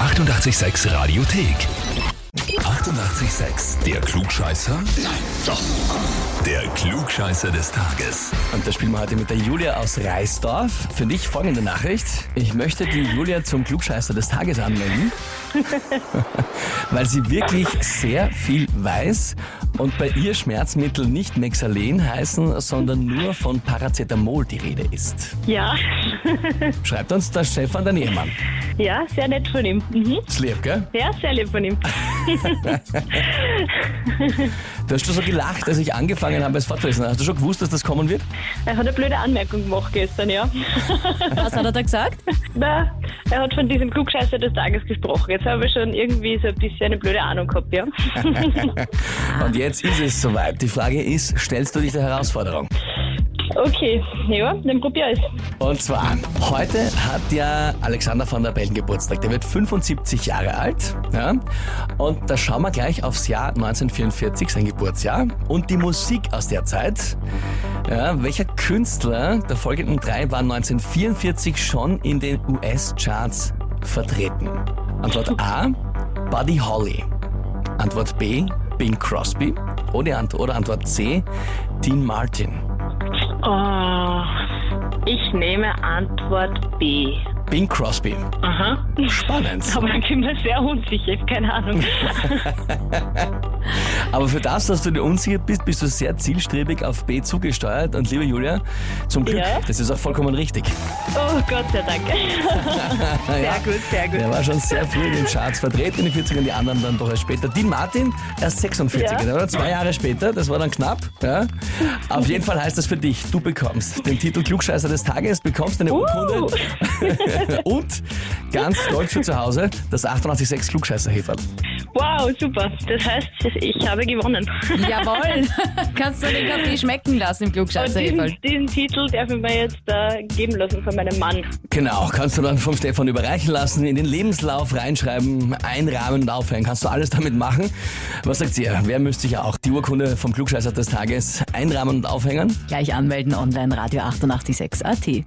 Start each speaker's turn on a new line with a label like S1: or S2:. S1: 886 Radiothek. 88,6. Der Klugscheißer? Nein, doch. Der Klugscheißer des Tages.
S2: Und das spielen wir heute mit der Julia aus Reisdorf. Für dich folgende Nachricht. Ich möchte die Julia zum Klugscheißer des Tages anmelden, weil sie wirklich sehr viel weiß und bei ihr Schmerzmittel nicht Mexalen heißen, sondern nur von Paracetamol die Rede ist.
S3: Ja,
S2: Schreibt uns der Stefan, der Ehemann.
S3: ja, sehr nett von ihm. Mhm.
S2: Ist lieb, gell?
S3: Ja, sehr lieb von ihm.
S2: Du hast schon so gelacht, als ich angefangen habe als Fortlesen. Hast du schon gewusst, dass das kommen wird?
S3: Er hat eine blöde Anmerkung gemacht gestern, ja.
S4: Was hat er da gesagt?
S3: Na, er hat von diesem Klugscheißer des Tages gesprochen. Jetzt habe ich schon irgendwie so ein bisschen eine blöde Ahnung gehabt, ja.
S2: Und jetzt ist es soweit. Die Frage ist, stellst du dich der Herausforderung?
S3: Okay, ja, dann probier es.
S2: Und zwar, heute hat ja Alexander van der Bellen Geburtstag. Der wird 75 Jahre alt. Ja? Und da schauen wir gleich aufs Jahr 1944, sein Geburtsjahr, und die Musik aus der Zeit. Ja, welcher Künstler der folgenden drei war 1944 schon in den US-Charts vertreten? Antwort A, Buddy Holly. Antwort B, Bing Crosby. Oder, Ant- oder Antwort C, Dean Martin.
S3: Oh, ich nehme Antwort B.
S2: Bing Crosby.
S3: Aha.
S2: Spannend.
S3: Aber ich bin mir sehr unsicher, ich habe keine Ahnung.
S2: Aber für das, dass du dir unsicher bist, bist du sehr zielstrebig auf B zugesteuert. Und liebe Julia, zum Glück,
S3: Ja?
S2: das ist auch vollkommen richtig.
S3: Oh Gott sei Dank.
S2: Sehr
S3: gut, sehr gut.
S2: Der war schon sehr früh in den Charts vertreten, in den 40ern, die anderen dann doch erst später. Dean Martin, erst 46,
S3: Ja.
S2: oder? Zwei Jahre später, das war dann knapp. Ja? Auf jeden Fall heißt das für dich, du bekommst den Titel Klugscheißer des Tages, bekommst eine
S3: Uh.
S2: Urkunde und ganz stolz für zu Hause das 886 klugscheißer -Heferl.
S3: Wow, super. Das heißt, ich habe gewonnen.
S4: Jawohl. Kannst du den Kaffee schmecken lassen im
S3: Und
S4: klugscheißer
S3: diesen, diesen Titel darf ich mir jetzt äh, geben lassen von meinem Mann.
S2: Genau, kannst du dann vom Stefan überreichen lassen, in den Lebenslauf reinschreiben, einrahmen und aufhängen. Kannst du alles damit machen? Was sagt ihr? Wer müsste sich ja auch die Urkunde vom Klugscheißer des Tages einrahmen und aufhängen?
S4: Gleich anmelden online Radio 886 AT.
S1: Die